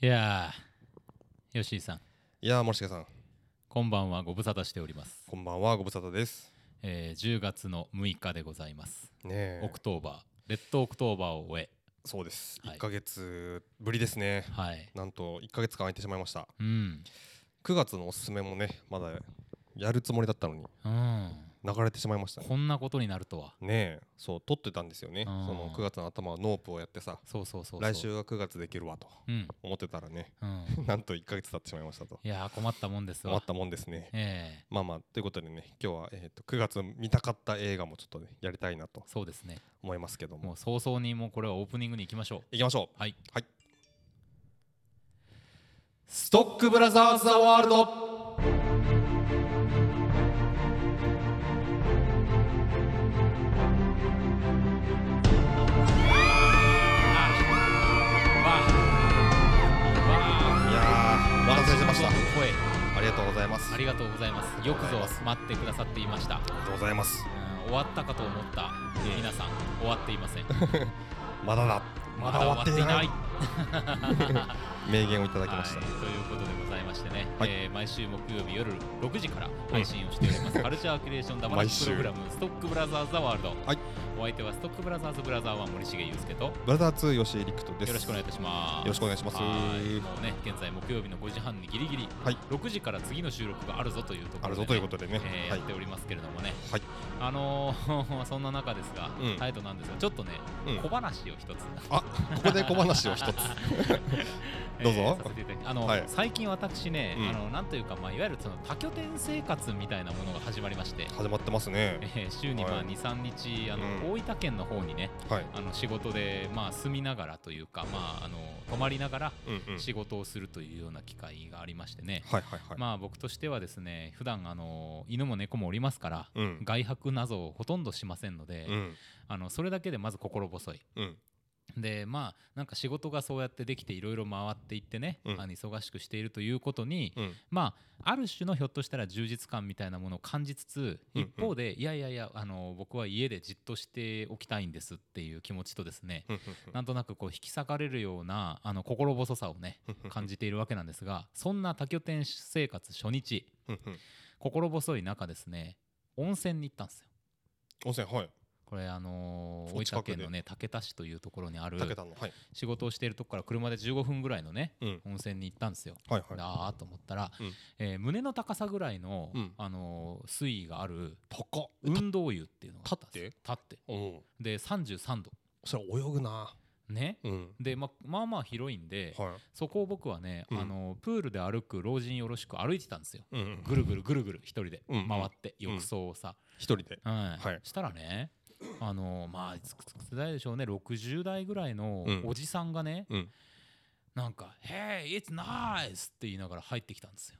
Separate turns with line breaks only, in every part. いやー、吉井さん、
いやー森重さん
こんばんは、ご無沙汰しております。
こんばんはご無沙汰です
えー10月の6日でございます。
ねえ
オクトーバー、レッドオクトーバーを終
そうです
はい
1ヶ月ぶりですね
え、はい。
なんと1ヶ月間空いてしまいました
うん、
9月のおすすめもねまだやるつもりだったのに
うん、
流れてしまいましたね
こんなことになるとは。
ねえそう撮ってたんですよね
あー
その9月の頭はノープをやってさ
そうそうそうそう。
来週は9月できるわと
うん、
思ってたらね
うん。
なんと1ヶ月経ってしまいましたと
いやー、困ったもんです
思
わ
っ。たもんですね
え
まあまあということでね今日は、えー、と9月見たかった映画もちょっとねやりたいなと
ー、そうですね。
思いますけども
もう早々にもうこれはオープニングに行きましょう。
いきましょう
はい。
はい
ストックブラザーズ・ザ・ワールド
いやーお待たせしました
声
ありがとうございます
ありがとうございますよくぞ
ありがとうございます
待ってくださっていました、
ありがとうございます
うん終わったかと思った皆さん終わっていません
まだだ
まだ終わっていない
まだ終わっていない名言をいただきました、
はい、ということでございましてね、
はい
えー毎週木曜日夜6時から配信をしており ます、カルチャークリエーションダマラ
毎
シ
週
プログラム「ストックブラザーズ・ザ・ワールド」
はい
お相手はストックブラザーズ・ブラザーは森重裕介とよ
ブラザー2吉井陸斗です
ろしくお願いいたします
よろしくお願いします
はいもうね現在木曜日の5時半にギリギリ、
はい
6時から次の収録があるぞというところで、ね、
あるぞということでね、
えーや
はい
っておりますけれどもね、
はい
あのー そんな中ですが、
うん
タイトなんですがちょっとね、
うん
小話を一つ
あここで小話 を一つどうぞ
えーさせていただきあの、
はい
最近私ね、
うん
あのなんというか、まあ、いわゆるその多拠点生活みたいなものが始まりまして、
始まってますね
えー週にま
は
あ
い
23日あの、
う
大分県の方にね
はい
あの仕事で、まあ、住みながらというか、まあ、あの泊まりながら
うんうん
仕事をするというような機会がありましてね、
はいはいはい、
まあ、僕としてはですね普段あの犬も猫もおりますから、
うん
外泊などをほとんどしませんので、
うん
あのそれだけでまず心細い。
うん
でまあなんか仕事がそうやってできていろいろ回っていってね、
うん
あの忙しくしているということに、
うん
まあある種のひょっとしたら充実感みたいなものを感じつつ、
うん
一方でいやいやいやあの僕は家でじっとしておきたいんですっていう気持ちとですね、
うん
なんとなくこう引き裂かれるようなあの心細さをね
うん
感じているわけなんですがそんな多拠点生活初日
うんうん
心細い中ですね温泉に行ったんですよ。
温泉はい
これあのー
お
大
近
分
くで
県のね竹田市というところにある
竹田のはい
仕事をしているとこから車で15分ぐらいのね
うん
温泉に行ったんですよ。
はい
あ
はい
あーと思ったら、
うん
えー胸の高さぐらいの、
うん
あのー水位がある
高っ
運動湯っていうのがあったんですよ立って
うん
で33度
それ泳ぐな
ね
うん
でままあまあ広いんで、
は
そこを僕はね、
うん
あのープールで歩く老人よろしく歩いてたんですよ
いうんうん
ぐるぐるぐるぐる一人で
うんうん
回って浴槽をさ、
一人で
はい
はい
したらねあのーまあいつくつ代でしょうね60代ぐらいの
うん
おじさんがね、
うん
なんか「Hey, it's nice!」って言いながら入ってきたんですよ。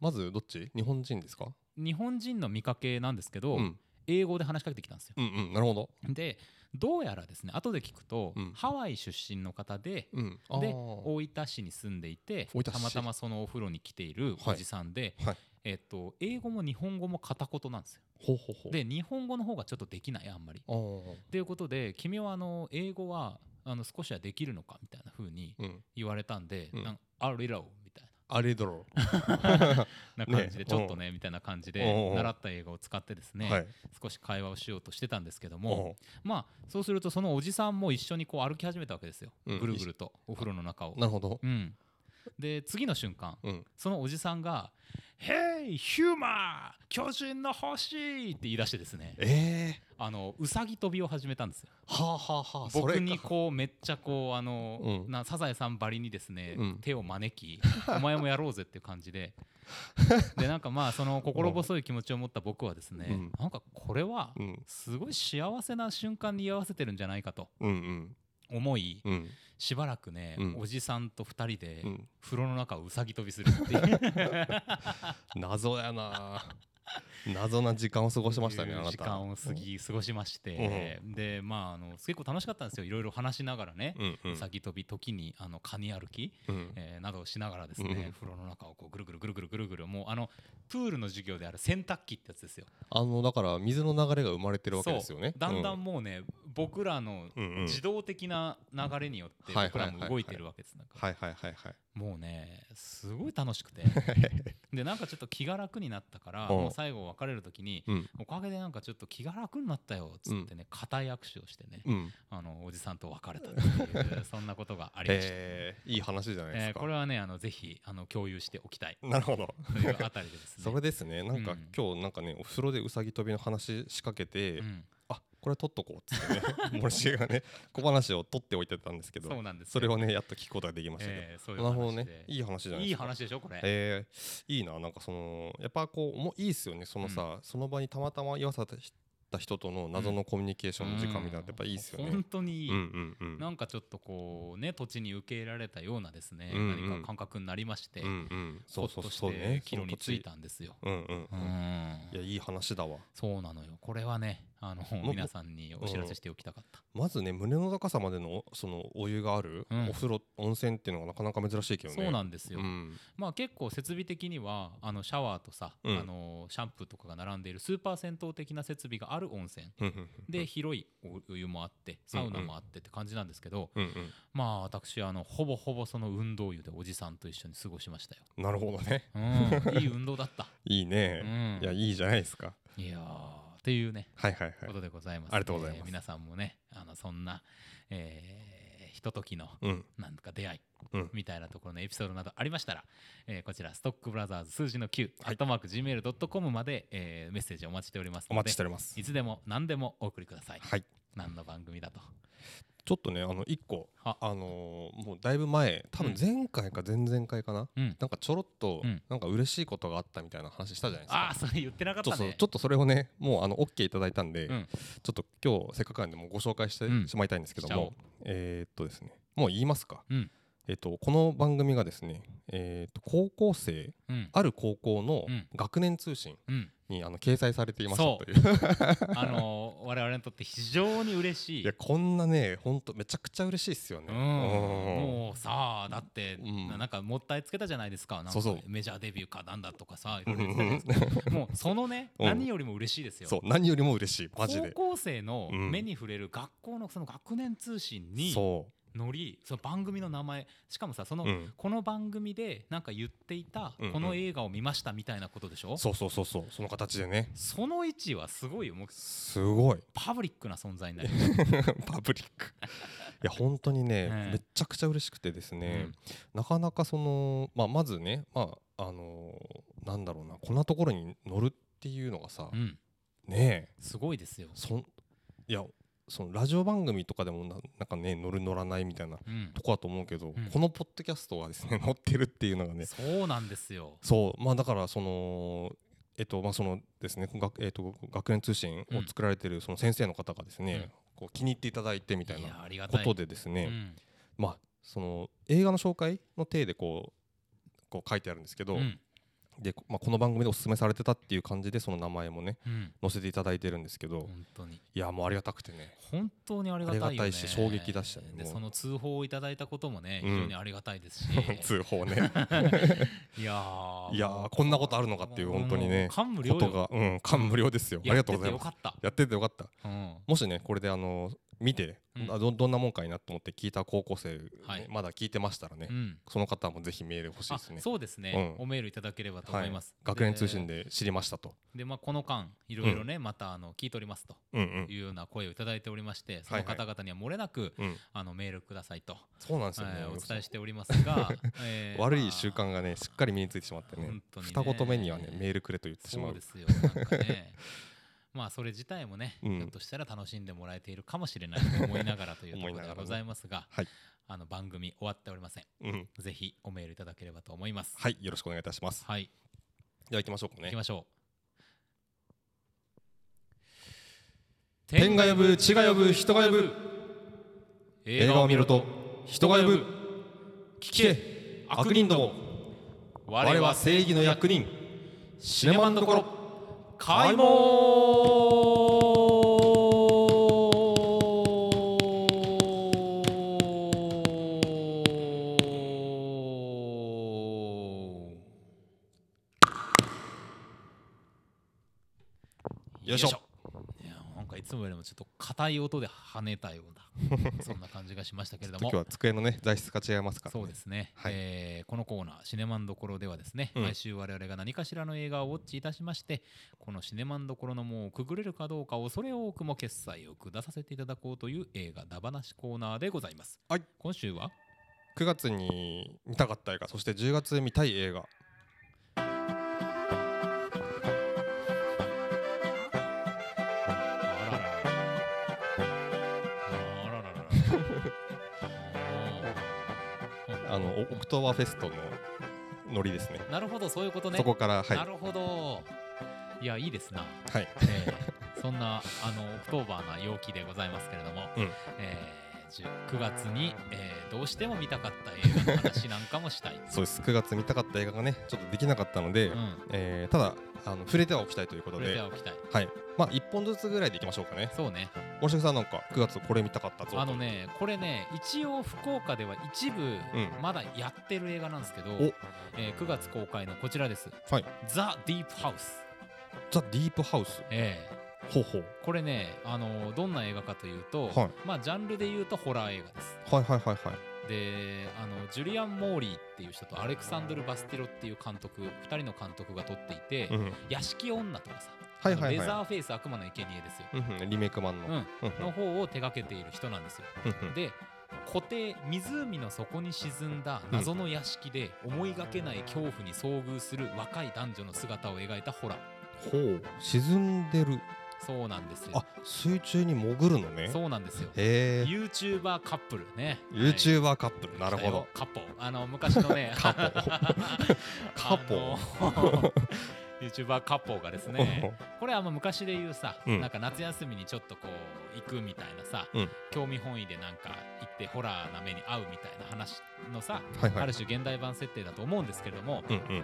まずどっち日本人ですか
日本人の見かけなんですけど、
うん
英語で話しかけてきたんですよ。
うんうんなるほど
でどうやらですね後で聞くと、
うん
ハワイ出身の方で
うんあー
で大分市に住んでいて
大分市
たまたまそのお風呂に来ているおじさんで、
はいはい
えっと英語も日本語も片言なんですよ。
ほうほうほう
で日本語の方がちょっとできないあんまり。
あー
ということで君はあの英語はあの少しはできるのかみたいな風に
うん
言われたんで「
うん
なんかあれだろ」みたいな。
あれだろ
な感じで
ね
ちょっとねみたいな感じ
おう
で
おう
習った英語を使ってです
う
ね、
はい
少し会話をしようとしてたんですけども、
も
まあそうするとそのおじさんも一緒にこう歩き始めたわけですよ、
うん
ぐるぐるとお風呂の中を
う。なるほど
うん、で次の瞬間
うん
そのおじさんが「Hey ヒューマー巨人の星!」って言い出してですね
ええ
あのうさぎ跳びを始めたんですよ。
はあはあはあそれ
僕
か
にこうめっちゃこうあの、
うん
なサザエさんばりにですね、
うん
手を招 きお前もやろうぜっていう感じででなんかまあその心細い気持ちを持った僕はですね、
うん
なんかこれは
うん
すごい幸せな瞬間に居合わせてるんじゃないかと
うん
思い
うんうん
しばらくね、
うん
おじさんと2人で
うん
風呂の中をうさぎ跳びするっていう
謎やな謎な時間を過ごしましたね
とい
あ
う
なた
時間を過ぎ過ごしまして、でまああの結構楽しかったんですよいろいろ話しながらね、
うんうん
先飛び時にあのカニ歩き、
うん
えーなどをしながらです
うん
ね、風呂の中をこうぐるぐるぐるぐるぐるぐるもうあのプールの授業である洗濯機ってやつですよ。
あのだから水の流れが生まれてるわけですよね
そうだんだんもうね、僕らの
うんうんうん
自動的な流れによって
はい
僕ら
はいは
も
い
動いてるわけですなんか
はいはいはいはい
もうねすごい楽しく てでなんかちょっと気が楽になったから
うん
もう最後別れる時に
うん
おかげでなんかちょっと気が楽になったよっつってね固い握手をしてね
うん
あのおじさんと別れたっていうそんなことがありました。
えーいい話じゃないです
えー
か
これはねあのぜひあの共有しておきたい
なるほど
というあたりでですね。
それですねなん
う
か
ん
今日なんかねお風呂でうさぎ跳びの話しかけて
うん
あこれ取っとこうっつっ てね森重がね小話を取っておいてたんですけど
そうなんですよ。
それをねやっと聞くことができましたけ
えーそうい
ど
う
なるほど
話
ね
で。
いい話じゃない
い
ですか
話でしょこれ。
えーいいななんかそのやっぱこうもういいですよねそのさその場にたまたま居合わせた人との謎のコミュニケーションの時間みたいなのってやっぱいいですよ
本
ね
当にいい。
うんうんうん
なんかちょっとこうね土地に受け入れられたようなですね、
うんうん
何か感覚になりまして、
うんうんそうそうそ
ほ
う
っとして
ね
帰路に着い
その土地
たんですよ。
うんうん
う
うん
ん
いやいい話だわ
そうなのよこれはねあの
う
皆さんにお知らせしておきたかった。
まずね胸の高さまでのそのお湯がある
うん
お風呂温泉っていうのがなかなか珍しいけどね
そうなんですよ、
うん
まあ結構設備的にはあのシャワーとさ、
うん
あのシャンプーとかが並んでいるスーパー銭湯的な設備がある温泉
うんうんうん
で広いお湯もあってサウナもあってって感じなんですけど、
うんうん
まあ私あのほぼほぼその運動湯でおじさんと一緒に過ごしましたよ。
なるほど ね。
うん、いい運動だ った。
いいうね。
ん、
いや、いいじゃないですか。
いやーっていうね
はいはい
こ
はい。
とでございます、
ありがとうございます
えー皆さんもねあのそんな、えー、ひとときの
うん。
なんか出会い
うん
みたいなところのエピソードなどありましたら、えーこちらストックブラザーズ数字の9、アットマーク gmail.com まで、えーメッセージお待ちしております
お
の
待
で
ちしております。
いつでも何でもお送りください。
はい。
何の番組だと。
ちょっとね、あの、一個、
あ
あのー、もうだいぶ前、多分前回か前々回かな。
うん、
なんかちょろっと
うん、
なんか嬉しいことがあったみたいな話したじゃないです
あ
か。
あそれ言ってなかった
そ
ね。
うそうちょっとそれをねもうあの OK いただいたんで、
うん
ちょっと今日せっかくなんでもうご紹介して
うん
しまいたいんですけど
しちゃお
も、えーっとですねもう言いますか、
うん
えっとこの番組がですね、えーっと高校生
うん
ある高校の
うん
学年通信
うん
にあの掲載されていまし
そ
た
う
という
あの 我々にとって非常に嬉しい。
いやこんなねほんとめちゃくちゃ嬉しいっすよね
うん、
うん
もうさあだって、
うん
ななんかもったいつけたじゃないですかなんか
そうそう
メジャーデビューかなんだとか さいろ
う
いろ
ん
言ってたじゃないですかもうそのね、
うん
何よりも嬉しいですよ
そう何よりも嬉しいマジで
高校生の
うん
目に触れる学校のその学年通信に
そ
乗りその番組の名前しかもさその、
う、うん、
この番組でなんか言っていた、
うんうん
この映画を見ましたみたいなことでしょ
そうそうそうそうその形でね
その位置はすごいよもう
すごい
パブリックな存在になる、
パブリックいや本当にね、
うん
めちゃくちゃ嬉しくてです
う
ね
ん、
なかなかその、まあ、まずねまああのーなんだろうなこんなところに乗るっていうのがさ、
うん、
ねえ
すごいですよ、
そんいやそのラジオ番組とかでもななんかね乗る乗らないみたいな
うん、
とこだと思うけど、
うん
このポッドキャストはですね 乗ってるっていうのがね
そうなんですよ
そうまあだからそのえっとまあそのですね学,、えっと、学園通信を作られてるその先生の方がですね、
うん
こう気に入っていただいてみたい
い
な
やありが
こ
たい
とでですね、
うん
まあその映画の紹介の体でこうこう書いてあるんですけど、
うん
で、こまあ、この番組でおすすめされてたっていう感じでその名前もね
うん、
載せていただいてるんですけど、
本当に
いやもうありがたくてね
本当にありがたいよ、ね、
ありがたいし衝撃だしね
で
もう
その通報をいただいたこともね
う
非
ん
常にありがたい ですし、
通報ね
いやー
いやーこんなことあるのかっていう本当にね
もう感無量
こ
よ
とがうん感無量ですよあり
や
が
って
とうござ
てよ
います
かった
やっててよかった
うん
もしねこれであの見て、
うん
あどどんなもんかいなと思って聞いた高校生、ね
はい
まだ聞いてましたらね、
うん
その方もぜひメール欲しい
あ
ですね
そうですね、
うん
おメールいただければと思います、
学園通信
で
で知りましたと
で、まあ、この間いろいろね、またあの聞いておりますと
うんうん
いうような声をいただいておりましてその方々には漏れなく、
うん
あのメールくださいと、
そうなんですよね、
えーお伝えしております が、えー
悪い習慣がねしっかり身についてしまってね
本当にね
二言目にはねメールくれと言ってしま
そう
う
ですよ。なんかね。 まあそれ自体もね、
うん
ひょっとしたら楽しんでもらえているかもしれないと思いながらというとこ
思い
ろ
な
で
がら
は
ね
ございますが、
はい
あの番組終わっておりません。
うん
ぜひおメールいただければと思います。
はいよろしくお願いいたします
はい、
では行きましょうか
行
ね
きましょう。
天が呼ぶ地が呼ぶ人が呼ぶ映画を見ると人が呼ぶ聞け悪人ども我は正義の役人シネマンどころ
開門
よいしょ
いやなんかいつもよりもちょっと硬い音で跳ねたようなそんな感じがしましたけれども
今日は机のね材質が違いますから、ね、
そうですね、
はい
えーこのコーナー「シネマンどころ」ではですね、
うん
毎週我々が何かしらの映画をウォッチいたしましてこのシネマンどころの門をくぐれるかどうか恐れ多くも決済を下させていただこうという映画だばなしコーナーでございます、
はい、
今週は
9月に見たかった映画そして10月見たい映画
あらららあららら
あのオオクトーバーフェストのノリですね
なるほどそういうことね
そこからはい
なるほどいやいいですな
はい
えーそんなあのオクトーバーな陽気でございますけれども、
うん
えー9月に、えーどうしても見たかった映画の話なんかもしたい。
そうです9月見たかった映画がねちょっとできなかったので、
うん、
えーただあの触れてはおきたいということ
触れ
で
てはおきたい。
はいまあ1本ずつぐらいでいきましょうかね
そうね、
大島さんなんか9月これ見たかったぞ
あのね、これね、一応福岡では一部、
うん
まだやってる映画なんですけど、
お
えー9月公開のこちらです。
はい
ザ・ディープハウス。
ザ・ディープハウス
えー
ほうほう
これね、あのどんな映画かというと、
はい
まあジャンルで言うとホラー映画です。
はいはいはいはい
であのジュリアン・モーリーっていう人とアレクサンドル・バスティロっていう監督2人の監督が撮っていて「
うん
屋敷女」とかさ「
はいはいはい
あのレザーフェイス悪魔の生贄ですよ、
うんうんリメイク版の、
う
うん
ん、
うん
の方を手掛けている人なんですよ。
うんうん
で固定湖の底に沈んだ謎の屋敷で思いがけない恐怖に遭遇する若い男女の姿を描いたホラー
ほう沈んでる
そうなんですよ
あ水中に潜るのね
そうなんですよ
へえ
YouTuber カップルね
YouTuber カップルなるほど
カポあの昔の ね
カポカポ
ポ YouTuber カポがです ねこれはあの昔で言うさ、
うん
なんか夏休みにちょっとこう行くみたいなさ、
うん
興味本位でなんか行ってホラーな目に遭うみたいな話のさ、
はいは
あ
い
る種現代版設定だと思うんですけれども、
うんうん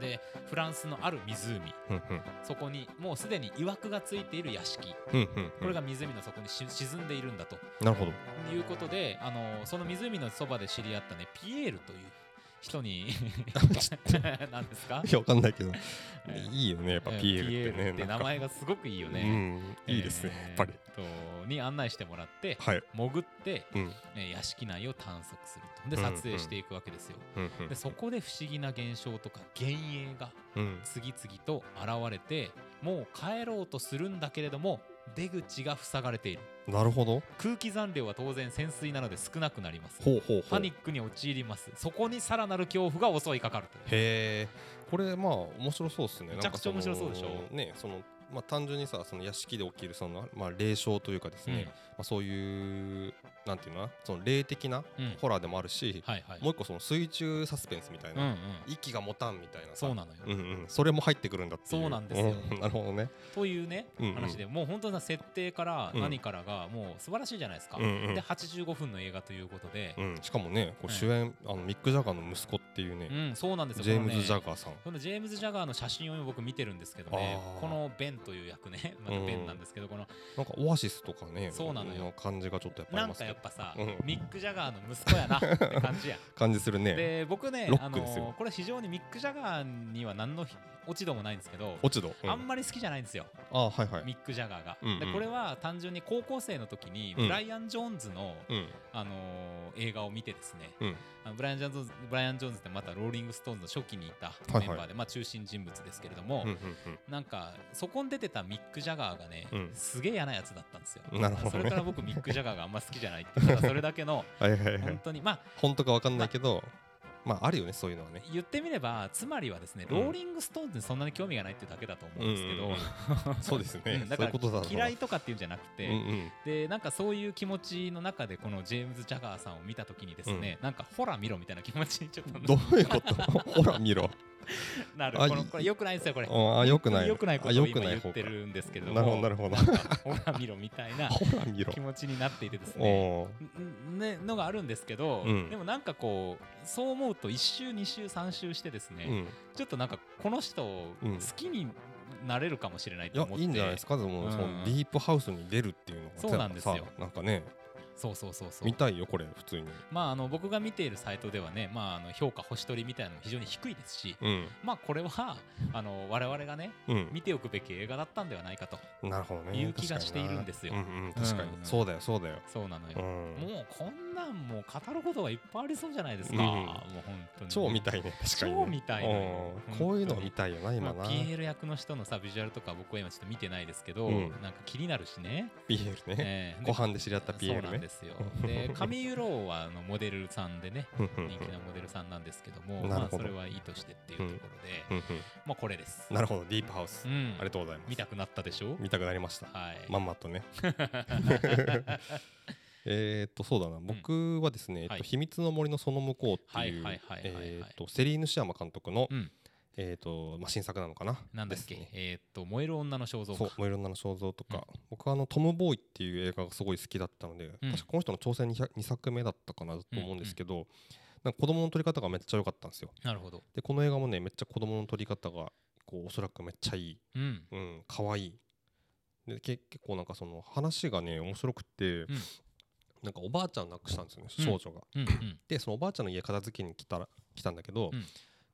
でフランスのある湖
うん
そこにもうすでにいわくがついている屋敷
うんうんうん
これが湖の底にし沈んでいるんだと
なるほど
いうことで、あのその湖のそばで知り合ったねピエールという人に なんですか
いやわかんないけど
えー
いいよねやっぱ
えー
PL ってね
って名前がすごくいいよね。
うんいいですね
えー
やっぱり
とに案内してもらって
はい
潜って、
うん
えー屋敷内を探索するとで
うんうん
撮影していくわけですよ、
うん
でそこで不思議な現象とか幻影が
うん
次々と現れてもう帰ろうとするんだけれども出口が塞がれている
うんなるほど
空気残量は当然潜水なので少なくなります
ほうほうほ
パ
う
ニックに陥りますそこにさらなる恐怖が襲いかかるという
へえこれまあ面白そうですね
めちゃくちゃ
なんかの
面白そうでし
ねそのまあ単純にさその屋敷で起きるそのまあ霊障というかですね、まあそういうなんていうのかなその霊的な
うん
ホラーでもあるし、
はいはい
もう一個その水中サスペンスみたい
うんう
な、
ん
息が持たんみたいなさ
そうなのよ、
うんうんそれも入ってくるんだっていう
そうなんですよ
うんなるほどね
というね、
うんうん
話でもう本当に設定から
うん
何からがもう素晴らしいじゃないですか、
うんうん
で85分の映画ということで、
うん、しかもね、こう
はい
主演、あのミック・ジャガーの息子っていう
うん
ね、
そうなんですよ
ジェームズ・
こ
ジ
のね
ャガーさん。
このジェームズ・ジャガーの写真を僕見てるんですけどね
あー
このベンという役ね またベンなんですけどこの
なんかオアシスとかね、
そうなのよ
感じがちょっとやっぱ
な
あり
ん
ます
か
け
やっ
ど、
ぱさ、
うん
ミック・ジャガーの息子やなって感 じや
感じするね。
で僕ね
ロ
あ
ック
の
ですよ
ーこれ非常にミック・ジャガーには何の落ち度もないんですけど、
落ち度。うん
あんまり好きじゃないんですよ
あ、はいはい。
ミック・ジャガーが、
うんうん
でこれは単純に高校生の時に
うん
ブライアン・ジョーンズの、
うん、
あのー映画を見てですね
うん、
あのブライアン・ジョーンズブライアン・ジョーンズってまたローリング・ストーンズの初期にいた
はい
メンバーで、まあ、中心人物ですけれども、
うん、
なんかそこに出てたミック・ジャガーがね、
うん
すげえ嫌なやつだったんですよ。
なるほ
そ
どね
れから僕ミック・ジャガーがあんま好きじゃないっていうただそれだけ の
はいはいは
本
い。
当にまあ
本当かわかんないけど、まああるよね、そういうのはね。
言ってみればつまりはですね
うん
ローリング・ストーンズにそんなに興味がないっていうだけだと思うんですけど、。
うんうんうんそうですね
だか
そういう
ら
ことだろうな
嫌いとかっていうんじゃなくて、
うんうん。
でなんかそういう気持ちの中でこのジェームズ・ジャガーさんを見た時にですね、なんかほら見ろみたいな気持ちにちょっと
どういうこと ほら見ろ。
なる
あ
この
い
これよくないですよこれ
ああ、よくない。
よくないこ
あ
とを
良く
今
な
言
い方
っ
か
てるんですけれども
なるほど、なる ほど。
ほら見ろみたいな
ほら見ろ
気。持ちになっていてですね
おー
んんねのがあるんですけど、
うん
でもなんかこうそう思うと1週2週3週してですね、
うん、
ちょっとなんかこの人を
うん
好きになれるかもしれない
い
と
や
思って
いいんじゃないですかでも、
うん
そのディープハウスに出るっていうのが
そうなんですよ
さなんかね
そうそうそうそう
見たいよこれ普通に
まああの僕が見ているサイトではね、まあ、あの評価星取りみたいなのも非常に低いですし
うん
まあこれはあの我々がね
うん
見ておくべき映画だったんではないかと
なるほどね
いう気が
確かに
し
な
ているんですよ
うんうん確かに
うん
そうだよそうだよ
そうなの
う
よ、
ん
もうこんなんもう語ることがいっぱいありそうじゃないですか、
うん
もう本当に
超見たいね確かにね
超見たいのよ
うん
本当に
こういうの見たいよな今
ま
な
あ PL 役の人のさビジュアルとか僕は今ちょっと見てないですけど、
うん
なんか気になるしね、
PL ね
ええ
ご飯で知り合った
そうな
PL
ん
ね
ですよでカミユローはあのモデルさんでね
うんうんう
人
ん
気なモデルさんなんですけども
なる
まあ
ほ
そ
ど
れはいいとしてっていうところで、
うん
まあこれです
うんなるほどディープハウス
う
あ
ん
りがとうございます
見たくなったでしょ
見たくなりました
はい、
まん まとねえーっとそうだな僕はですね、えっ
はい
と「秘密の森のその向こう」ってい
はいうはいはいはいはい
えーっとセリーヌ・シアマ監督の、
うん
えーっとまあ、新作なのかな
なんだっけ、
ですね
えーっと燃える女の肖像か
そう「もういろんなの肖像」とか、僕はあの「トム・ボーイ」っていう映画がすごい好きだったので、
ん
確かこの人の挑戦 2, 2作目だったかなと思うんですけど、なんか子供の撮り方がめっちゃ良かったんですよ
なるほど
でこの映画もねめっちゃ子供の撮り方がこうおそらくめっちゃいい
うん
うん、可愛いでけ結構なんかその話がね面白くて、
ん
なんかおばあちゃん亡くしたんですよね、
うん
少女が。
うんうん
でそのおばあちゃんの家片付けに来たら来たんだけど、
うん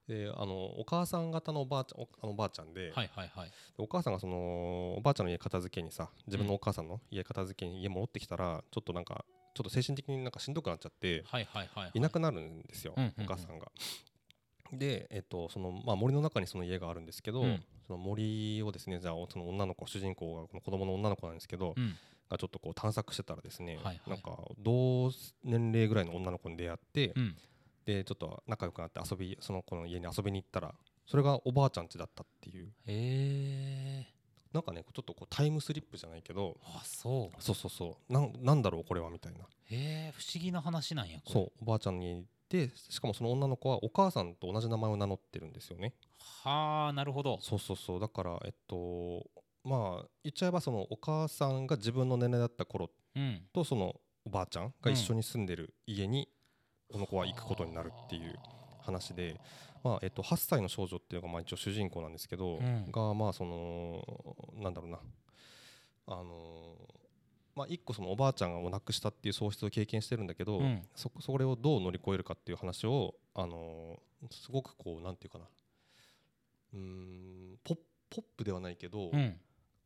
であのお母さん方のおばあちゃんおあのおばあちゃんで,で、
はいはいはい
お母さんがそのおばあちゃんの家片付けにさ自分のお母さんの家片付けに家戻ってきたらちょっとなんかちょっと精神的になんかしんどくなっちゃって、
はいはいはいはい
いなくなるんですよ、
うんうんうん
お母さんが。で、えっとそのまあ、森の中にその家があるんですけど、
うん
その森をですねじゃあその女の子主人公がこの子供の女の子なんですけど、
うん
がちょっとこう探索してたらですね、
はいはい
なんか同年齢ぐらいの女の子に出会って、
うん
でちょっと仲良くなって遊びその子の家に遊びに行ったらそれがおばあちゃん家だったっていう
え
なんかねちょっとこうタイムスリップじゃないけど
ー、あそう
そうそうそうなんなんだろうこれはみたいな
えー、不思議な話なんやこれ
そうおばあちゃんにでしかもその女の子はお母さんと同じ名前を名乗ってるんですよね。
はあなるほど
そうそうそうだからえっとまあ言っちゃえばそのお母さんが自分の年齢だった頃
うん
とそのおばあちゃんが一緒に住んでる家にこの子は行くことになるっていう、話でまあえっと、8歳の少女っていうのがまあ一応主人公なんですけど、
うん
がまあそのなんだろうなあのまあ一個そのおばあちゃんを亡くしたっていう喪失を経験してるんだけど、
うん
そそれをどう乗り越えるかっていう話をあのすごくこうなんていうかなうーんポッポップではないけど、
うん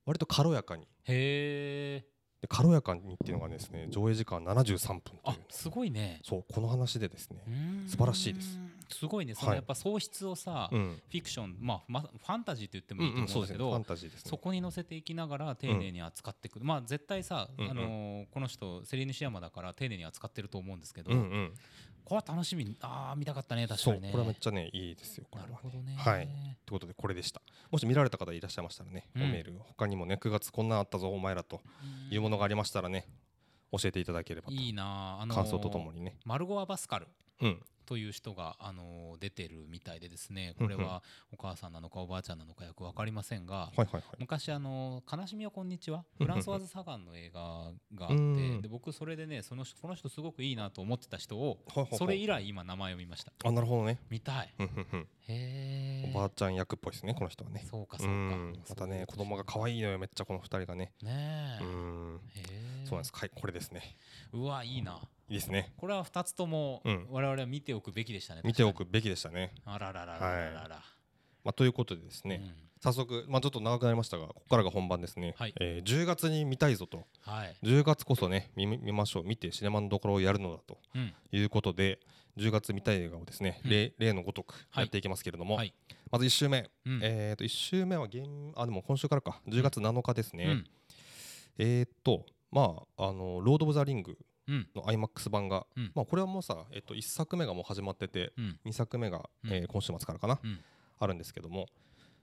割と軽やかに
へえ
で軽やかにっていうのがですね上映時間73分という
あすごいね
そうこの話でですね
う、ーん
素晴らしいです
すごいねそ
は
の
い
やっぱ喪失をさ、
うん
フィクション、まあ、まファンタジーと言っても
う
い
ん
いと
うんそ
思うん
う
だ
です
け
ね
ど、
ファンタジーですね
そこに乗せていきながら丁寧に扱っていく、まあ絶対さ、
うんうん
あのーこの人セリーヌ・シアマだから丁寧に扱ってると思うんですけど、
うんうん
これは楽しみああ見たかったね確
そ
か
う
にね
これはめっちゃねいいですよこれ
な
は
る
ね
ほどね
はいということでこれでしたもし見られた方いらっしゃいましたらね、
うん
おメール他にもね9月こんなんあったぞお前らと
うん
いうものがありましたらね教えていただければと
いいなーあのー
感想とともにね
マルゴア・バスカル
うん
という人が、あのー出てるみたいでですねこれ
うんうん
はお母さんなのかおばあちゃんなのかよく分かりませんが、
はいはいはい
昔あの「悲しみはこんにちは」
うん
フランソワーズ・サガンの映画があって
うん
で僕それでねその人この人すごくいいなと思ってた人を
ほいほいほい
それ以来今名前を見ました
あなるほどね
見たい
うんうん
へ
うん
え
おばあちゃん役っぽいですねこの人はね
そうか
う
そうか
んまたね子供が可愛いのよめっちゃこの二人がね
ね
う
え
ん
へえ
そうなんですはいこれですね
うわいいない
いですね
これは2つとも
うん
我々は見ておくべきでしたね
見ておくべきでしたね
確かにあららららららら
まあということでですね、
うん
早速、まあ、ちょっと長くなりましたがここからが本番ですね、
はい
えー10月に見たいぞと
はい
10月こそね見見ましょう見てシネマのところをやるのだと
うん
いうことで10月見たい映画をですね、
うん
例例のごとく
はい
やっていきますけれども、
はい
まず1週目、
うん
えー、と1週目はゲームあでも今週からか10月7日ですね、
うん
えっ、とまああの「ロード・オブ・ザ・リング
うん」
の IMAX 版が、
うん
まあ、これはもうさ、えっと1作目がもう始まってて
うん
2作目が、
うん
えー今週末からかな、
うん
あるんですけども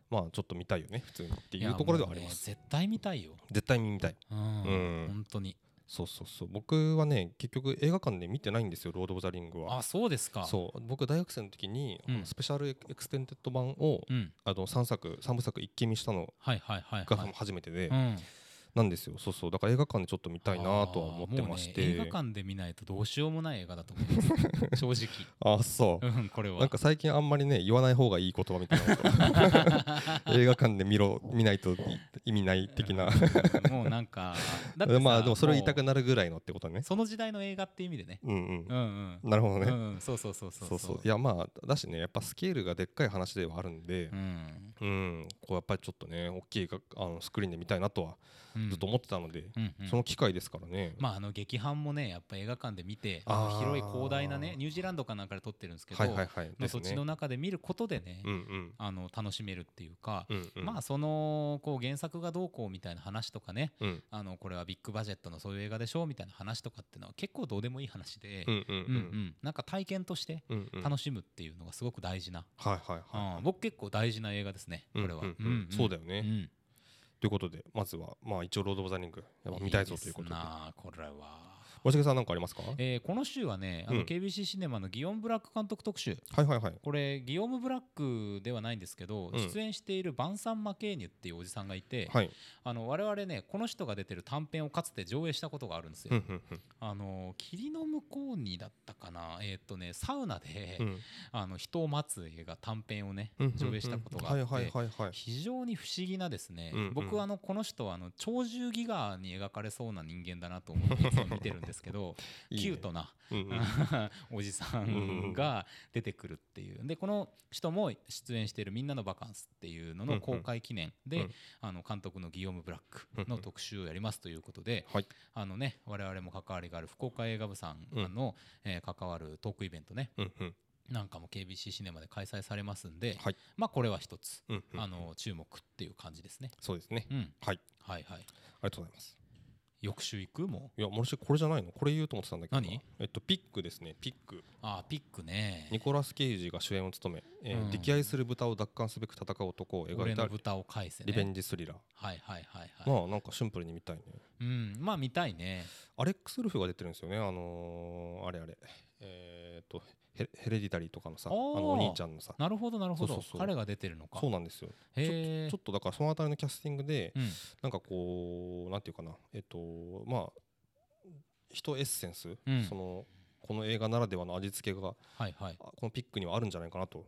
まあちょっと見たいよね普通にって
い
い
や
うところではあり
も
ま
うね
す、
絶対見たいよ
絶対に見たい
うん
うん
本当に
そうそうそう僕はね結局映画館で見てないんですよ「ロード・オブ・ザ・リングは」
あそうですか
そう僕大学生の時に、
うん
あのスペシャルエクステンデッド版を
うん
あの3作3部作一気見したの
はいはいはい
が
はい
初めてで、
うん
なんですよそうそうだから映画館でちょっと見たいなとは思って
あーもうね
まして
映画館で見ないとどうしようもない映画だと思い ます正直
あそう
うんこれは
なんか最近あんまりね言わない方がいい言葉みたいなこと 映画館で見ろ見ないとい意味ない的な
もうなんかだってさ
まあでもそれを言いたく
も
なるぐらいのってことね
うその時代の映画って意味でね
うんう
うんうん
んなるほど
う
ね
んうんそうそうそうそう
そうそういやまあだしねやっぱスケールがでっかい話ではあるんで
うん
うんこうやっぱりちょっとね大きいがあのスクリーンで見たいなとは
うん
ずっと思ってたので
うんうん
その機会ですからね
まああの劇伴もねやっぱ映画館で見て
あー
あの広い広大なねニュージーランドかなんかで撮ってるんですけど
はいはいはい
の
です
土地の
ね
中で見ることでね
うんうん
あの楽しめるっていうか
うんうん
まあそのこう原作がどうこうみたいな話とかね
うん
あのこれはビッグバジェットのそういう映画でしょみたいな話とかっていうのは結構どうでもいい話で
う、んうんう
うんうんんなんか体験として
うんうん
楽しむっていうのがすごく大事な、
はいはいは
うん僕結構大事な映画ですね
い
これは、
うんうんうんそうだ
よ
よねということで、まずは、まあ、一応、ロード・オブ・ザ・リング、やっぱ見たいぞということで。
なあこれは
わしげさん、なんかありますか
えーこの週はねあ
う
の
ん
KBC シネマのギヨン・ブラック監督特集
はいはいはい。
これギヨーム・ブラックではないんですけど、
うん
出演しているバンサン・マケーニュっていうおじさんがいて、
はい。
あの我々ねこの人が出てる短編をかつて上映したことがあるんですよ、
うんうんうん
あの霧の向こうにだったかなえーっ、とねサウナで、
うん
あの人を待つ映画短編をね、
うんうんうん。
上映したことがあって、
はいはいはいはい。
非常に不思議なですね、
うんうん
僕あのこの人はあの鳥獣戯画に描かれそうな人間だなと思っていつも見てるんですけど
いいね
キュートな、
うんうん
おじさん が出てくるっていうでこの人も出演している「みんなのバカンス」っていうのの公開記念で、
うん
あの監督のギヨーム・ブラックの特集をやりますということで、
はい。
あのね我々も関わりがある福岡映画部さんの、えー関わるトークイベントね
うんうん
なんかも KBC シネマで開催されますんで、
はい
まあこれは一つ、
うんうん
あの注目っていう感じですね。
そうですね。
うん、
はい。
はいはい。
ありがとうございます。
翌週行くもう
いや、もしこれじゃないのこれ言うと思ってたんだけどな。
何
えっと、ピックですね。ピック。
あーピックね。
ニコラス・ケイジが主演を務め、え
う
ー
ん
溺愛する豚を奪還すべく戦う男を描
俺
いた
の豚を返せ、ね。
リベンジスリラー。
はいはいはいはい。
まあ、なんかシンプルに見たいね。
うん、まあ見たいね。
アレックス・ルフが出てるんですよね、あのーあれあれ、えー、とヘヘレディタリーとかのさ、あ
あー
のお兄ちゃんのさ、
なるほどなるほど。
そうそうそう
彼が出てるのか。
そうなんですよ、
へえ。
ちょっとだからそのあたりのキャスティングで、
うん
なんかこう、なんていうかな、えっ、と、まあ、人エッセンス、
うん
その、この映画ならではの味付けが、
はいはい。
あこのピックにはあるんじゃないかなと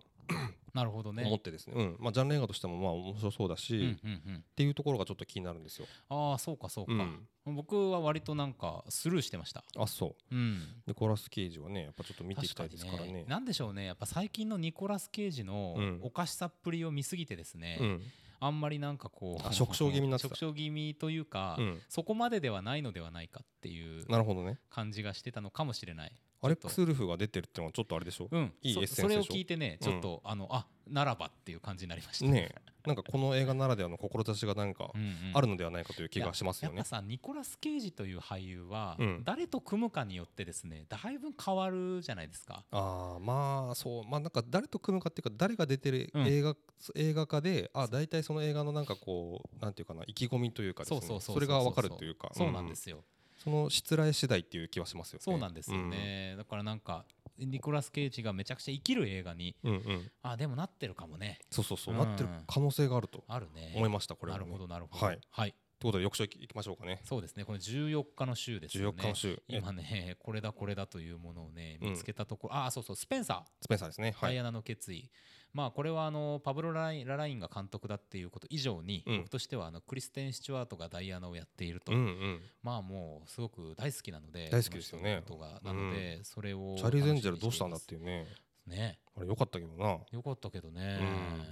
なるほどね。
思ってですね、うんまあ、ジャンル映画としてもまあ面白そうだし、
うんう
っ
んうん。
ていうところがちょっと気になるんですよ。
ああそうかそうか、
うん
僕は割となんかスルーしてました。
あそう
うん。
ニコラス・ケイジはね、やっぱちょっと見ていきたいですから
確
ね。
なんでしょうねやっぱ最近のニコラス・ケイジの
うん
おかしさっぷりを見すぎてですね、
うん
あんまりなんかこう
あ食傷気味になってた
食傷気味というか、
うん、
そこまでではないのではないかっていう
なるほどね。
感じがしてたのかもしれない
アレックス・ウルフが出てるってのはちょっとあれでしょ、
うん
いい
そ
エッセンスでし
そ
ょ
れを聞いてねちょっと、あのあならばっていう感じになりました
ねえなんかこの映画ならではの志がなんか
うんうん
あるのではないかという気がしますよ
や
ね
っぱ。さニコラス・ケイジという俳優は、
うん
誰と組むかによってですねだいぶ変わるじゃないですか
ああまあそうまあなんか誰と組むかっていうか誰が出てる
うん
映画、映画化であ大体その映画のなんかこうなんていうかな意気込みというかです
そ
ね
うそうそう
それがわかるというか
そうなんで、すよ、
うんその失礼次第っていう気はしますよね。
そうなんですよね、だからなんかニコラス・ケイジがめちゃくちゃ生きる映画に
うん、うんうん
あでもなってるかもね
そうそうそう、
うん
なってる可能性があると
あるね
思いましたこれは
な
ね、
るほどなるほど
はい、ということで翌週いきましょうかね
そうですねこれ14日の週ですよ
14
ね
日の週、え
今ねこれだこれだというものをね
うん
見つけたところ、ああそうそうスペンサー
スペンサーですね
ダ
はい
イアナの決意、まあこれはあのパブロ・ララインララインが監督だっていうこと以上に、
うん
僕としてはあのクリステン・スチュワートがダイアナをやっていると、
うんうん
まあもうすごく大好きなので
大好きですよね
この人のことがなので、それを
チャーリーズ・エンジェルどうしたんだって
い
いうね
うね
あれ良かったけどな
よかったけどね、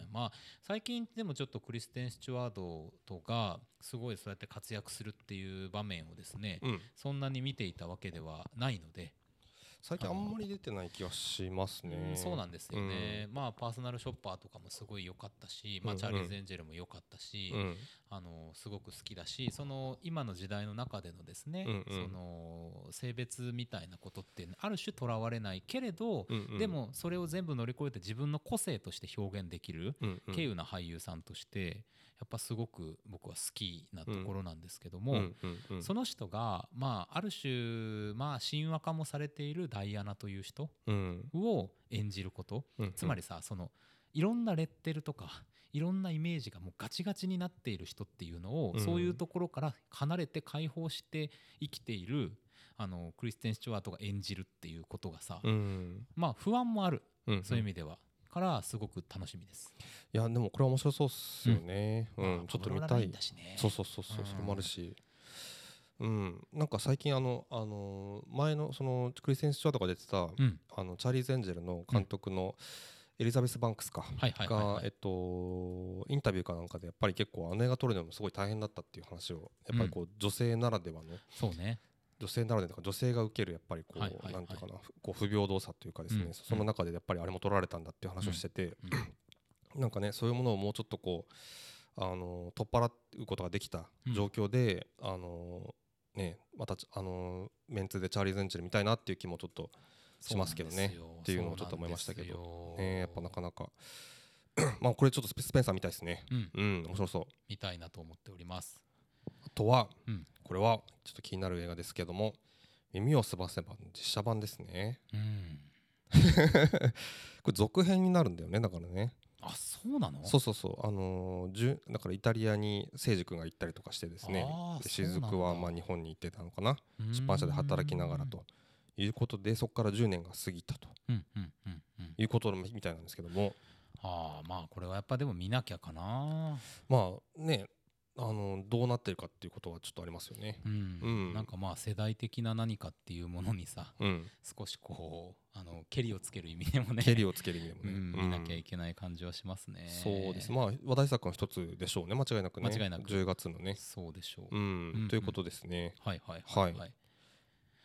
う
まあ最近でもちょっとクリステン・スチュワードとかすごいそうやって活躍するっていう場面をですね、
うん
そんなに見ていたわけではないので、
最近あんまり出てない気がしますね
うんそうなんですよね、まあパーソナルショッパーとかもすごい良かったし、まあ、
うんうん
チャーリーズ・エンジェルも良かったし、
うん
あのすごく好きだしその今の時代の中でのですね、
うんうん
その性別みたいなことってある種とらわれないけれど、
うんうん
でもそれを全部乗り越えて自分の個性として表現できる
うんうん
稀有な俳優さんとしてやっぱすごく僕は好きなところなんですけども、
うんうんうん
その人が、まあ、ある種、まあ、神話化もされているダイアナという人
うん
を演じること
うん
つまりさそのいろんなレッテルとかいろんなイメージがもうガチガチになっている人っていうのを、
うん
そういうところから離れて解放して生きているあのクリステン・スチュワートが演じるっていうことがさ、
うん
まあ不安もある
うん、
そういう意
味
味では、からすごく楽しみです。
いやでもこれは面白そうっすよね、うん
まあ
ちょっと
パブ
見
ロ
た
ライ
い
ンだしね
そうそうそうそう、
うん
それもあるしうんなんか最近あの、あのー前のそのクリステン・スチュワートが出てた、
うん
あのチャーリーズ・エンジェルの監督のエリザベス・バンクスか、
はいはいはい
が
はい
えっとインタビューかなんかでやっぱり結構あの映画撮るのもすごい大変だったっていう話をやっぱりこう女性ならではの
そうね
女性ならではとか女性が受けるやっぱりこ
はいはいは
う
い
なんていうかなふこう不平等さというかです
う
ね
ん
その中でやっぱりあれも撮られたんだっていう話をしてて
うん
なんかねそういうものをもうちょっとこうあの取っ払うことができた状況であのねまたちあのメンツでチャーリーズ・エンジェル見たいなっていう気もちょっとしますけどね
そうなんですよ
っていうのをちょっと思いましたけど
そうなんですよ
ねやっぱなかなか まあこれちょっとスペスペンサーみたいですね
うん
うん面白そう
みたいなと思っております
あとは、
うん
これはちょっと気になる映画ですけども「耳をすばせば」実写版ですね
うん
これ続編になるんだよねだからね
あそうなの
そうそうそうあのーじゅだからイタリアに誠司君が行ったりとかしてですね
あー
で
そうなん
雫
だ
はまあ日本に行ってたのかな
うん
出版社で働きながらということでそこから10年が過ぎたと
うんうんうんうん
いうことみたいなんですけども
ああまあこれはやっぱでも見なきゃかな
まあねあのーどうなってるかっていうことはちょっとありますよね。
うん、
うん
なんかまあ世代的な何かっていうものにさ
うん、
少しこうあのケリをつける意味でもね
ケリをつける意味でも
う
ね、
ん、見なきゃ
うん
いけない感じはしますね
そうですまあ話題作の一つでしょうね間違いなくね
間違いなく
10月のね、
そうでしょう、
うん
うん
ということですね
はいはいはいはい、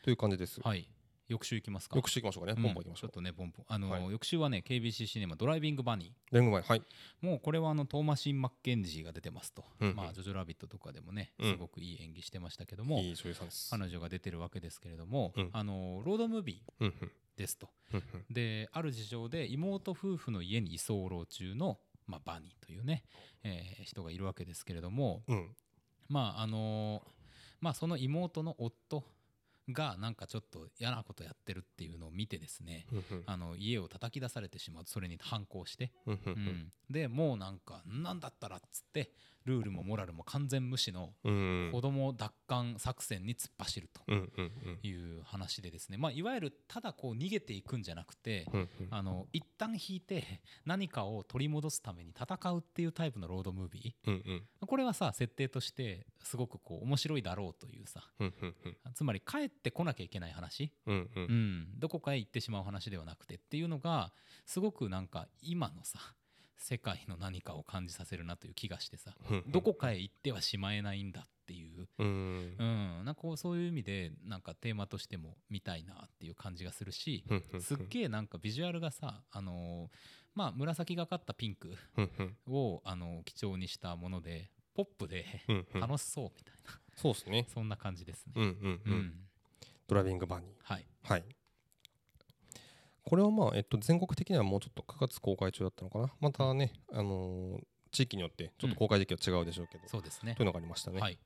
という感じです、
はい、翌週いきますか
よくしていきましょうかね、
うん
ポンポンいきまし
ちょ
ょ
っ
う
とねポンポンあの、
はい
翌週はね KBC シネマドライビングバニ
レング前はい
ーもうこれはあのトーマシン・マッケンジーが出てますと、
うんうん
まあジョジョラビットとかでもね
うん
すごくいい演技してましたけども、
いい女優さんです
彼女が出てるわけですけれども、
うん
あのロードムービー
うんうん
ですと
うんうん
である事情で妹夫婦の家に居候中の、まあ、バニーというね、えー人がいるわけですけれども
うん
まああのまあその妹の夫がなんかちょっと嫌なことやってるっていうのを見てですね、
うんうん
あの家を叩き出されてしまうそれに反抗して、
うんう
うんんでもうなんかなんだったらっつってルールもモラルも完全無視の
うんうん
子供奪還作戦に突っ走ると
うんうんうん
いう話でですね、まあ、いわゆるただこう逃げていくんじゃなくて、
うん
あの一旦引いて何かを取り戻すために戦うっていうタイプのロードムービ
うんうん
ーこれはさ設定としてすごくこう面白いだろうというさ
うんうんうん
つまり帰ってこなきゃいけない話
うんうん
うん、どこかへ行ってしまう話ではなくてっていうのがすごくなんか今のさ世界の何かを感じさせるなという気がしてさ
うんうん
どこかへ行ってはしまえないんだっていう、
うん
うん、なんかこうそういう意味でなんかテーマとしても見たいなっていう感じがするし
うんうん
すっげえなんかビジュアルがさ、あのーまあ、紫がかったピンク
うんうん
を、あのー基調にしたものでポップで
うんうん
楽しそうみたいな、
そうですね
そんな感じです
うん
ね。
うん
う
うんんドライビングバニー
はい、
はい。これはまあ、えっと、全国的にはもうちょっと9月公開中だったのかな。またね、あのー地域によってちょっと公開時期は違うでしょうけど、
そうですね
というのがありましたね。
はい。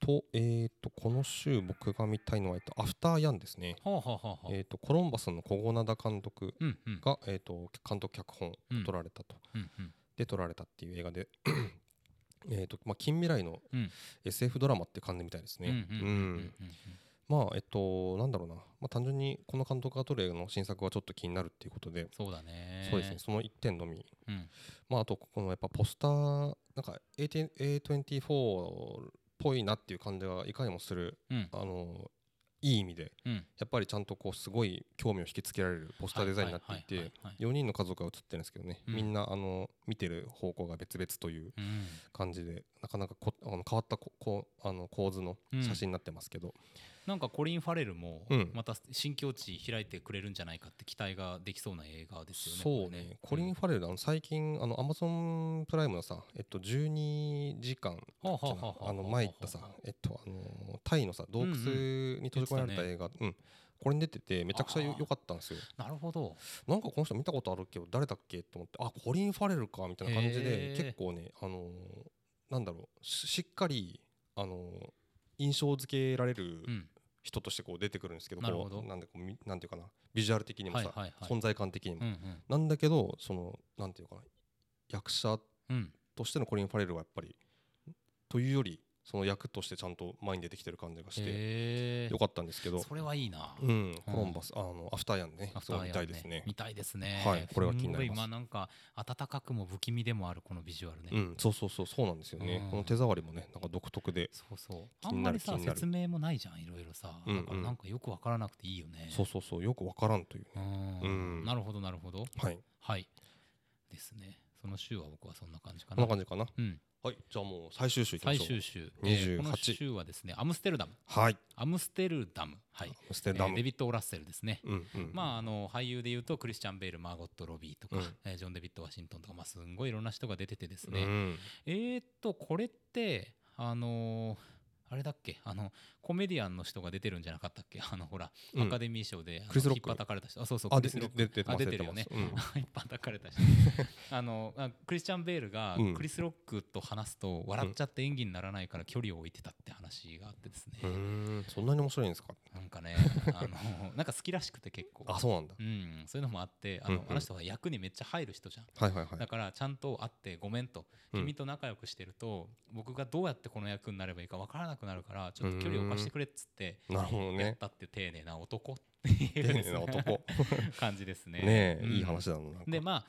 と、えー、と、この週僕が見たいのは、えっと、アフターヤンですね。
ほうほうほうほう、
えっと、コロンバスの小ナダ監督
うんうん
が、えっと、監督脚本
うん
撮られたと。
うんうん
で、撮られたっていう映画で、 えっと、まあ、近未来の
うん
SF ドラマって感じみたいですね。
うんうん
う
うんうん
んまあえっとなんだろうな、まあ、単純にこの監督が撮る映画の新作はちょっと気になるっていうことで、
そうだね
そうですねその1点のみ、
うん
まあ、あとこのやっぱポスターなんか AT A24 っぽいなっていう感じがいかにもする
うん
あのいい意味で
うん
やっぱりちゃんとこうすごい興味を引きつけられるポスターデザインになってい
は
て
いはいはいはい
4人の家族が写ってるんですけどね、
うん
みんなあの見てる方向が別々という
うん
感じでなかなかこあの変わったここうあの構図の写真になってますけど、
なんかコリン・ファレルも
うん
また新境地開いてくれるんじゃないかって期待ができそうな映画ですよね
そう
これ
ね、コリン・ファレルのあの最近、あのアマゾンプライムのさ、えっと、12時間
はあは
か
あ
な
はあはあ
あの前行ったさ
はあはあ、
えっとあのータイのさ、洞窟に閉じ込められた映画、うんこれに出てて、めちゃくちゃよ
あー
良かったんですよ。
なるほど
なんかこの人見たことあるけど、誰だっけと思って、あコリン・ファレルかみたいな感じ
へ
で、
ー
結構ね、あのーなんだろう、ししっかり、あのー印象付けられる
うん
人としてこう出てくるんですけど、
なる
こ
ほど
うなんでこうみなんていうかな、ビジュアル的にもさ、
はいはいはい
存在感的にも
う。んうん
なんだけどそのなんていうかな役者
うん
としてのコリン・ファレルはやっぱりというよりその役としてちゃんと前に出てきてる感じがし
へ
て
え
よかったんですけど、
それはいいな、
うん、コロンバス、あのアフターヤンね
アフタ
そう
ー
見
や
た
ん
いですね
見たいですね。
はいこれは気になりま
すご
す
い、あ、なんか温かくも不気味でもあるこのビジュアルね。
うんそうそうそうそうなんですよね、
うん
この手触りもねなんか独特で、
そうそう。あ
気
ん
に
ま
な
り
る
さ
気になる
説明もないじゃんいろいろさ。
うんうん
だからなんかよくわからなくていいよね。
そうそうそうよくわからんというね、
うん
うん
なるほどなるほど。
はい
はい。ですね。その週は僕はそんな感じか
こん
な。
な感じかな
うん。
はいじゃあもう最終週いきま
最
しょう
終週。えー
28
この週はですねアムステルダム。
はい
アムステルダム。はい。
ステダ
えー
ム、
デビッド・オラッセルですね。
うんうん
まあ、あの俳優でいうとクリスチャン・ベールマーゴット・ロビーとか、
うん
えージョン・デビッド・ワシントンとか、まあ、すんごいいろんな人が出ててですね、
うん
えー、っとこれってあのーあれだっけあのコメディアンの人が出てるんじゃなかったっけあのほら、
うん
アカデミー賞であの
クリスロック
引っ叩かれた人あそうそう
あ
ク
で
リスロ
で
ック
で出てます
あ出てるよね
出ます
引っ叩かれ た人あのあクリスチャン・ベールが
うん
クリス・ロックと話すと笑っちゃって演技にならないから距離を置いてたって話があってですね、
うんうーんそんなに面白いんですか
なんかねあ のなんか好きらしくて結構
あそうなんだ
うん、そういうのもあってあの,、
うんうん
あの人は役にめっちゃ入る人じゃん、
はいはいは
だ
い
からちゃんと会ってごめんと、
うん
君と仲良くしてると僕がどうやってこの役になればいいか分からなくなるからちょっと距離を貸してくれっつって
なるほど
やっ
ね
たっていう丁寧な男っていう
丁寧 な男
感じですね。
ねえ、
うん
いい話だななんか
でまあ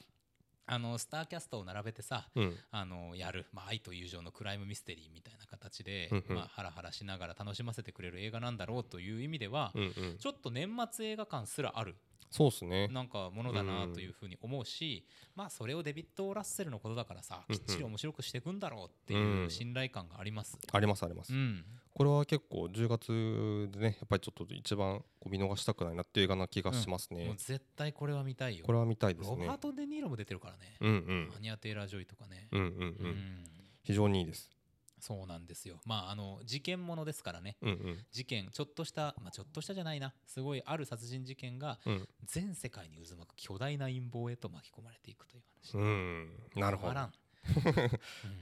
あのスターキャストを並べてさ
うん
あのやる、まあ、愛と友情のクライムミステリーみたいな形で、
うんうん
まあ、ハラハラしながら楽しませてくれる映画なんだろうという意味では、
うんうん
ちょっと年末映画感すらある
そうですね
なんかものだなというふうに思うし、まあそれをデビッド・ラッセルのことだからさ、
うん
き
うん
っちり面白くしていくんだろうっていううん信頼感があります。
ありますあります、
うん、
これは結構10月でねやっぱりちょっと一番こう見逃したくないなっていう映画な気がしますね、
もう絶対これは見たいよ。
これは見たいです
ロ
ね
バート・デ・ニーロも出てるからね。
うんうん
アニア・テイラー・ジョイとかね。
うんうん
う
うんん非常にいいです
そうなんですよ。まああの事件ものですからね。
うんうん
事件ちょっとした、まあ、ちょっとしたじゃないなすごいある殺人事件が
うん
全世界に渦巻く巨大な陰謀へと巻き込まれていくという話。
うんなるほ
わ
ど
からん。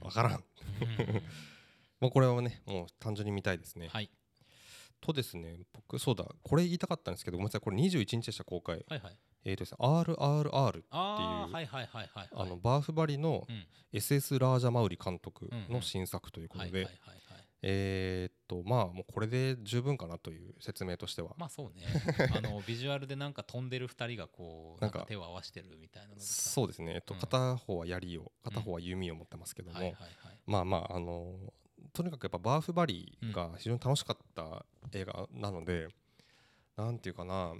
わからん
うんうん
まあこれはねもう単純に見たいですね、
はい
とですね僕そうだこれ言いたかったんですけどごめんなさいこれ21日でした公開
はいはい。
えーとですね RRR
ああ
っていう
はいはいはいはい
あ
はい
のバーフバリの
うん
SS ラージャマウリ監督
うんうん
の新作というこ
は
と
いはい
で
はいはい
えーっとまあもうこれで十分かなという説明としては
まあそうね あのビジュアルでなんか飛んでる二人がこうな
なんんか
か手を合わせてるみたいなのでさ
そうですねえっと
うん
片方は槍を片方は弓を持ってますけど
はいはい
も
はい
まあまああのとにかくやっぱバーフバリが非常に楽しかった映画なので、なんていうかな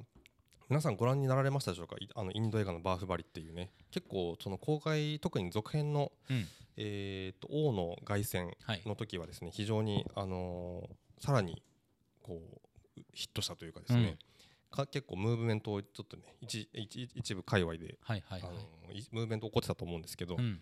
皆さんご覧になられましたでしょうかいあのインド映画のバーフバリっていうね結構その公開特に続編の、
うん
えー、と王の凱旋
はい
の時はですね非常にあのさらにこうヒットしたというかですね、か結構ムーブメントをちょっとね一一一部界隈で、
はいはい
あ
はい
のいムーブメント起こってたと思うんですけど、
うん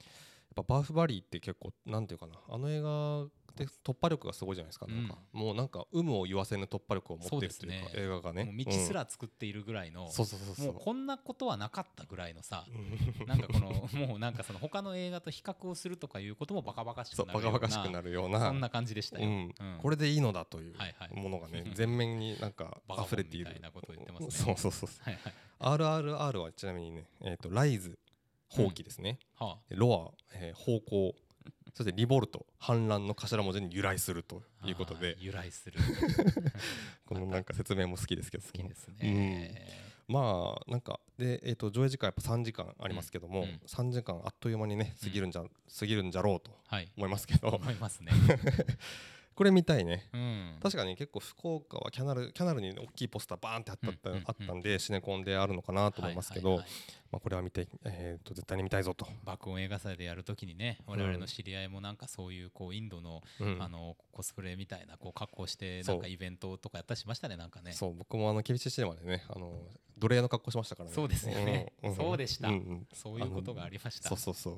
やっぱバーフバリーって結構なんていうかなあの映画で突破力がすごいじゃないですかなんか、もうなんか有無を言わせぬ突破力を持ってるっていうか
そうですね
映画がね
もう道す、ら作っているぐらいの
うんそうそうそうそ
も
う
うこんなことはなかったぐらいのさ
うん
なんかこのもうなんかその他の映画と比較をするとかいうこともバカバカし
そ
くな
う
る
バ
よ
カ
うな
バカしくなるような
そんな感じでした
う
よ
んこれでいいのだという
はいはい
ものがね、
うん
全面になんか
バカボン
溢れている
みたいなことを言ってますね
そうそうそう
はいはい
RRR はちなみにねえっ、とライズ放棄ですね、
は
ロア、えー方向そしてリボルト反乱の頭文字に由来すると
あ
いうことで
あー由来する
このなんか説明も好きですけど
好きですね
まあなんかで、えー、と上映時間やっぱ3時間ありますけども、
うんうん
3時間あっという間にね過ぎるんじゃ、過ぎるんじゃろうと
はい
思いますけど
思い ますね
これ見たいね
うん
確かに結構福岡はキャナルキャナルに大きいポスターバーンってあったった、
うんうんうん
あったんでシネコンであるのかなと思いますけど、
はいはいはい
まあ、これは見て、えー、と絶対に見たいぞと、
爆音映画祭でやるときにね我々の知り合いもなんかそういうこうインドの,、
うん
あのコスプレみたいなこう格好してな
そうん
かイベントとかやったりしましたねなんかね
そう僕もあの厳しいシネマでねあの奴隷の格好しましたからね
そうですよねそうでした
ん
そういうことがありました
そうそうそう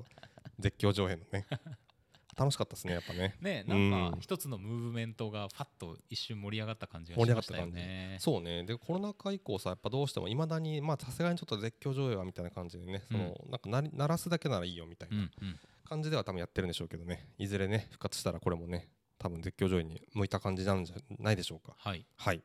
絶叫上映のね 楽しかったですねやっぱね
ねなんか
うん
一つのムーブメントがファッと一瞬盛り上がった感じが
盛
し
り上が
ま
っ
したたよ
感じ、
ね
そうねでコロナ禍以降さやっぱどうしてもいまだにまあさすがにちょっと絶叫上映はみたいな感じでねその、なんかなり鳴らすだけならいいよみたいな
うんうん
感じでは多分やってるんでしょうけどねいずれね復活したらこれもね多分絶叫上映に向いた感じなんじゃないでしょうか
はい
はい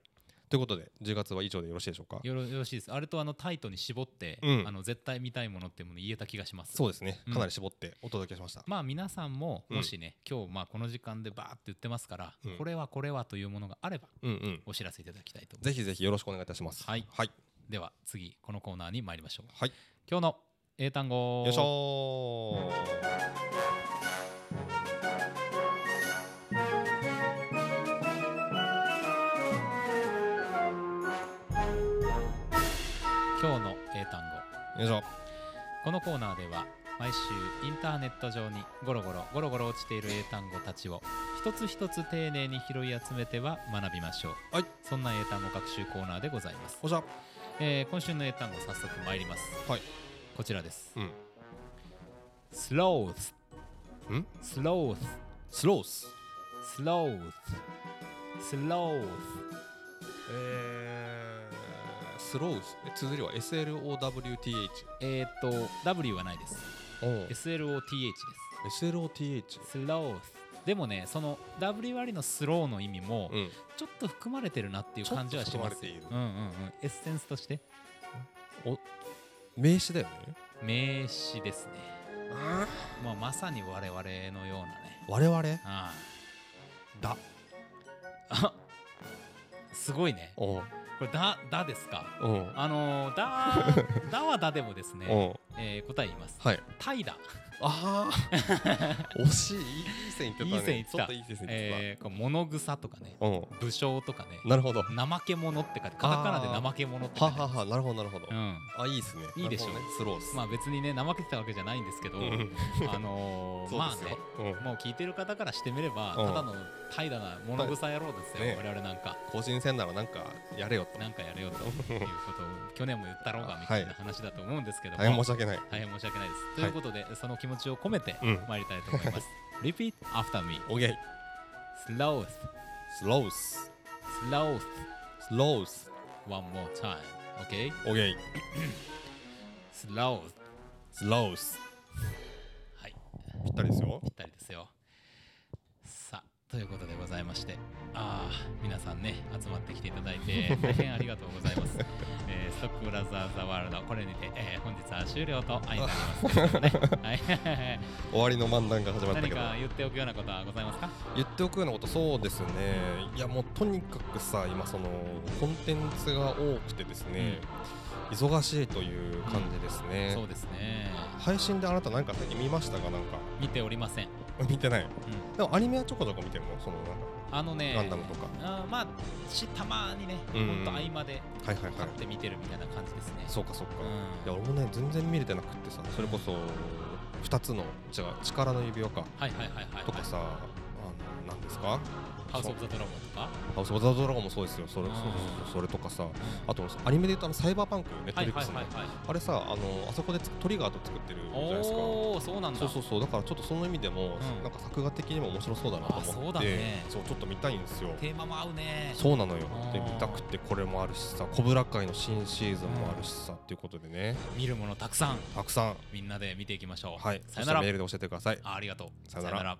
ということで10月は以上でよろしいでしょうか
よろよろしいですあれとあのタイトに絞って、
うん
あの絶対見たいものっていうもの言えた気がします
そうですね
うん
かなり絞ってお届けしました、
まあ皆さんも
うん
もしね、今日まあこの時間でバーって言ってますから、
うん
これはこれはというものがあれば
うんうん
お知らせいただきたいと思い
ぜひぜひよろしくお願いいたします
はい
はい、
ますでは次このコーナーに参りましょう
はい
今日の英単語
よいしょー
今日の英単語
よいしょ
このコーナーでは毎週インターネット上にゴロゴロゴロゴロ落ちている英単語たちを一つ一つ丁寧に拾い集めては学びましょう
はい
そんな英単語学習コーナーでございます、
おじゃ
えー今週の英単語早速参ります
はい
こちらです
うん
スロース
ん
スロース
スロース
スローススロー
えー、スロースえ綴りは SLOWTH
スえーっと W はないです
おう
SLOTH で
SLOTH
すスロースでもねその W 割のスローの意味も、
うん
ちょっと含まれてるなっていう感じはします。
ちょっと含
うんうんうん。エッセンスとして
名詞だよね
名詞ですね。まあまさに我々のようなね。
我々
あ
だ
あ。あすごいね。
おう
これだだですか。
おう
あのー、 だだはだでもですね。
おう
えー、答え言います。
はい
タイだ。
ああ 惜しいいい線いってたね
いい線いってた
ちょっといい線いってた、
えー、こう物草とかね。
お
武将とかね。
うなるほどは
怠け者って書いて、カタカナで怠け者って書いてあ
は
る。
はなるほどなるほど、
うん。
あいいですね
いいでしょう
なるほどねスロース
まあ別にね怠けてたわけじゃないんですけど、
うん
あのー、
そう
ま
で
あ
すよ
ね
うん
もう聞いてる方からしてみれば、
うん
ただの怠惰な物臭野郎ですよ、
ね
我々なんか。
更新戦ならなんかやれよと
なんかやれよということを去年も言ったろうがみたいな話だと思うんですけども、
大変申し訳ない
大変申し訳ないです。ということで、その気持ちを込めて
うん
参りたいと思い ます。Repeat after me.
オッケー
Slow,
スロース
slow,
スロース
one more time. Okay?
オッケー
Slow.
スロース
はい、
ぴったりですよ
ぴったりですよ。さあ。ということでございまして、ああ、皆さんね、集まってきていただい て、大変ありがとうございます。えーストックブラザーズ・ザ・ワールド、これにて、えー本日は終了と相なりますけれどもね。はい
終わりの漫談が始まった
何
けど
か言っておくようなことはございますか
言っておくようなことそうですねいやもうとにかくさ今そのコンテンツが多くてですね、忙しいという感じですね、
そうですね。
配信であなたなんか最近見ましたかなんか
見ておりません。
見てない
うん
でもアニメはちょこちょこ見てるのそのなんか
あのね、
ガンダムとか
あーまあ、したまにね、
うん
ほんと合間で
はいはいは
買
い
って見てるみたいな感じですね。
そうかそうか、
うん
いや俺もね全然見れてなくってさそれこそ2つの違う力の指輪か
はいはいはいはい、
と
はい。
かさ、あのなんですか
ハウス・オブ・ザ・ドラゴンとか。
あそうザ・ドラゴンもそうですよそれ
うん
そうそうそうそれとかさあとアニメで言うとあのサイバーパンクネット
はい
フリック
はい
スの
はいはい。
あれさあのあそこでつトリガーと作ってるじゃないですか
おお、そうなんだ。
そうそうそうだからちょっとその意味でも、
うん
なんか作画的にも面白そうだなと思って
あそうだね
そうちょっと見たいんですよ
テーマも合うね。
そうなのよ
あー
で見たくてこれもあるしさ「コブラ会」の新シーズンもあるしさっていうことでね
見るものたくさん、
たくさん
みんなで見ていきましょう。
はい
さよなら
そしてメールで教えてください
あありがとう。
さよなら
ら。
ありがとう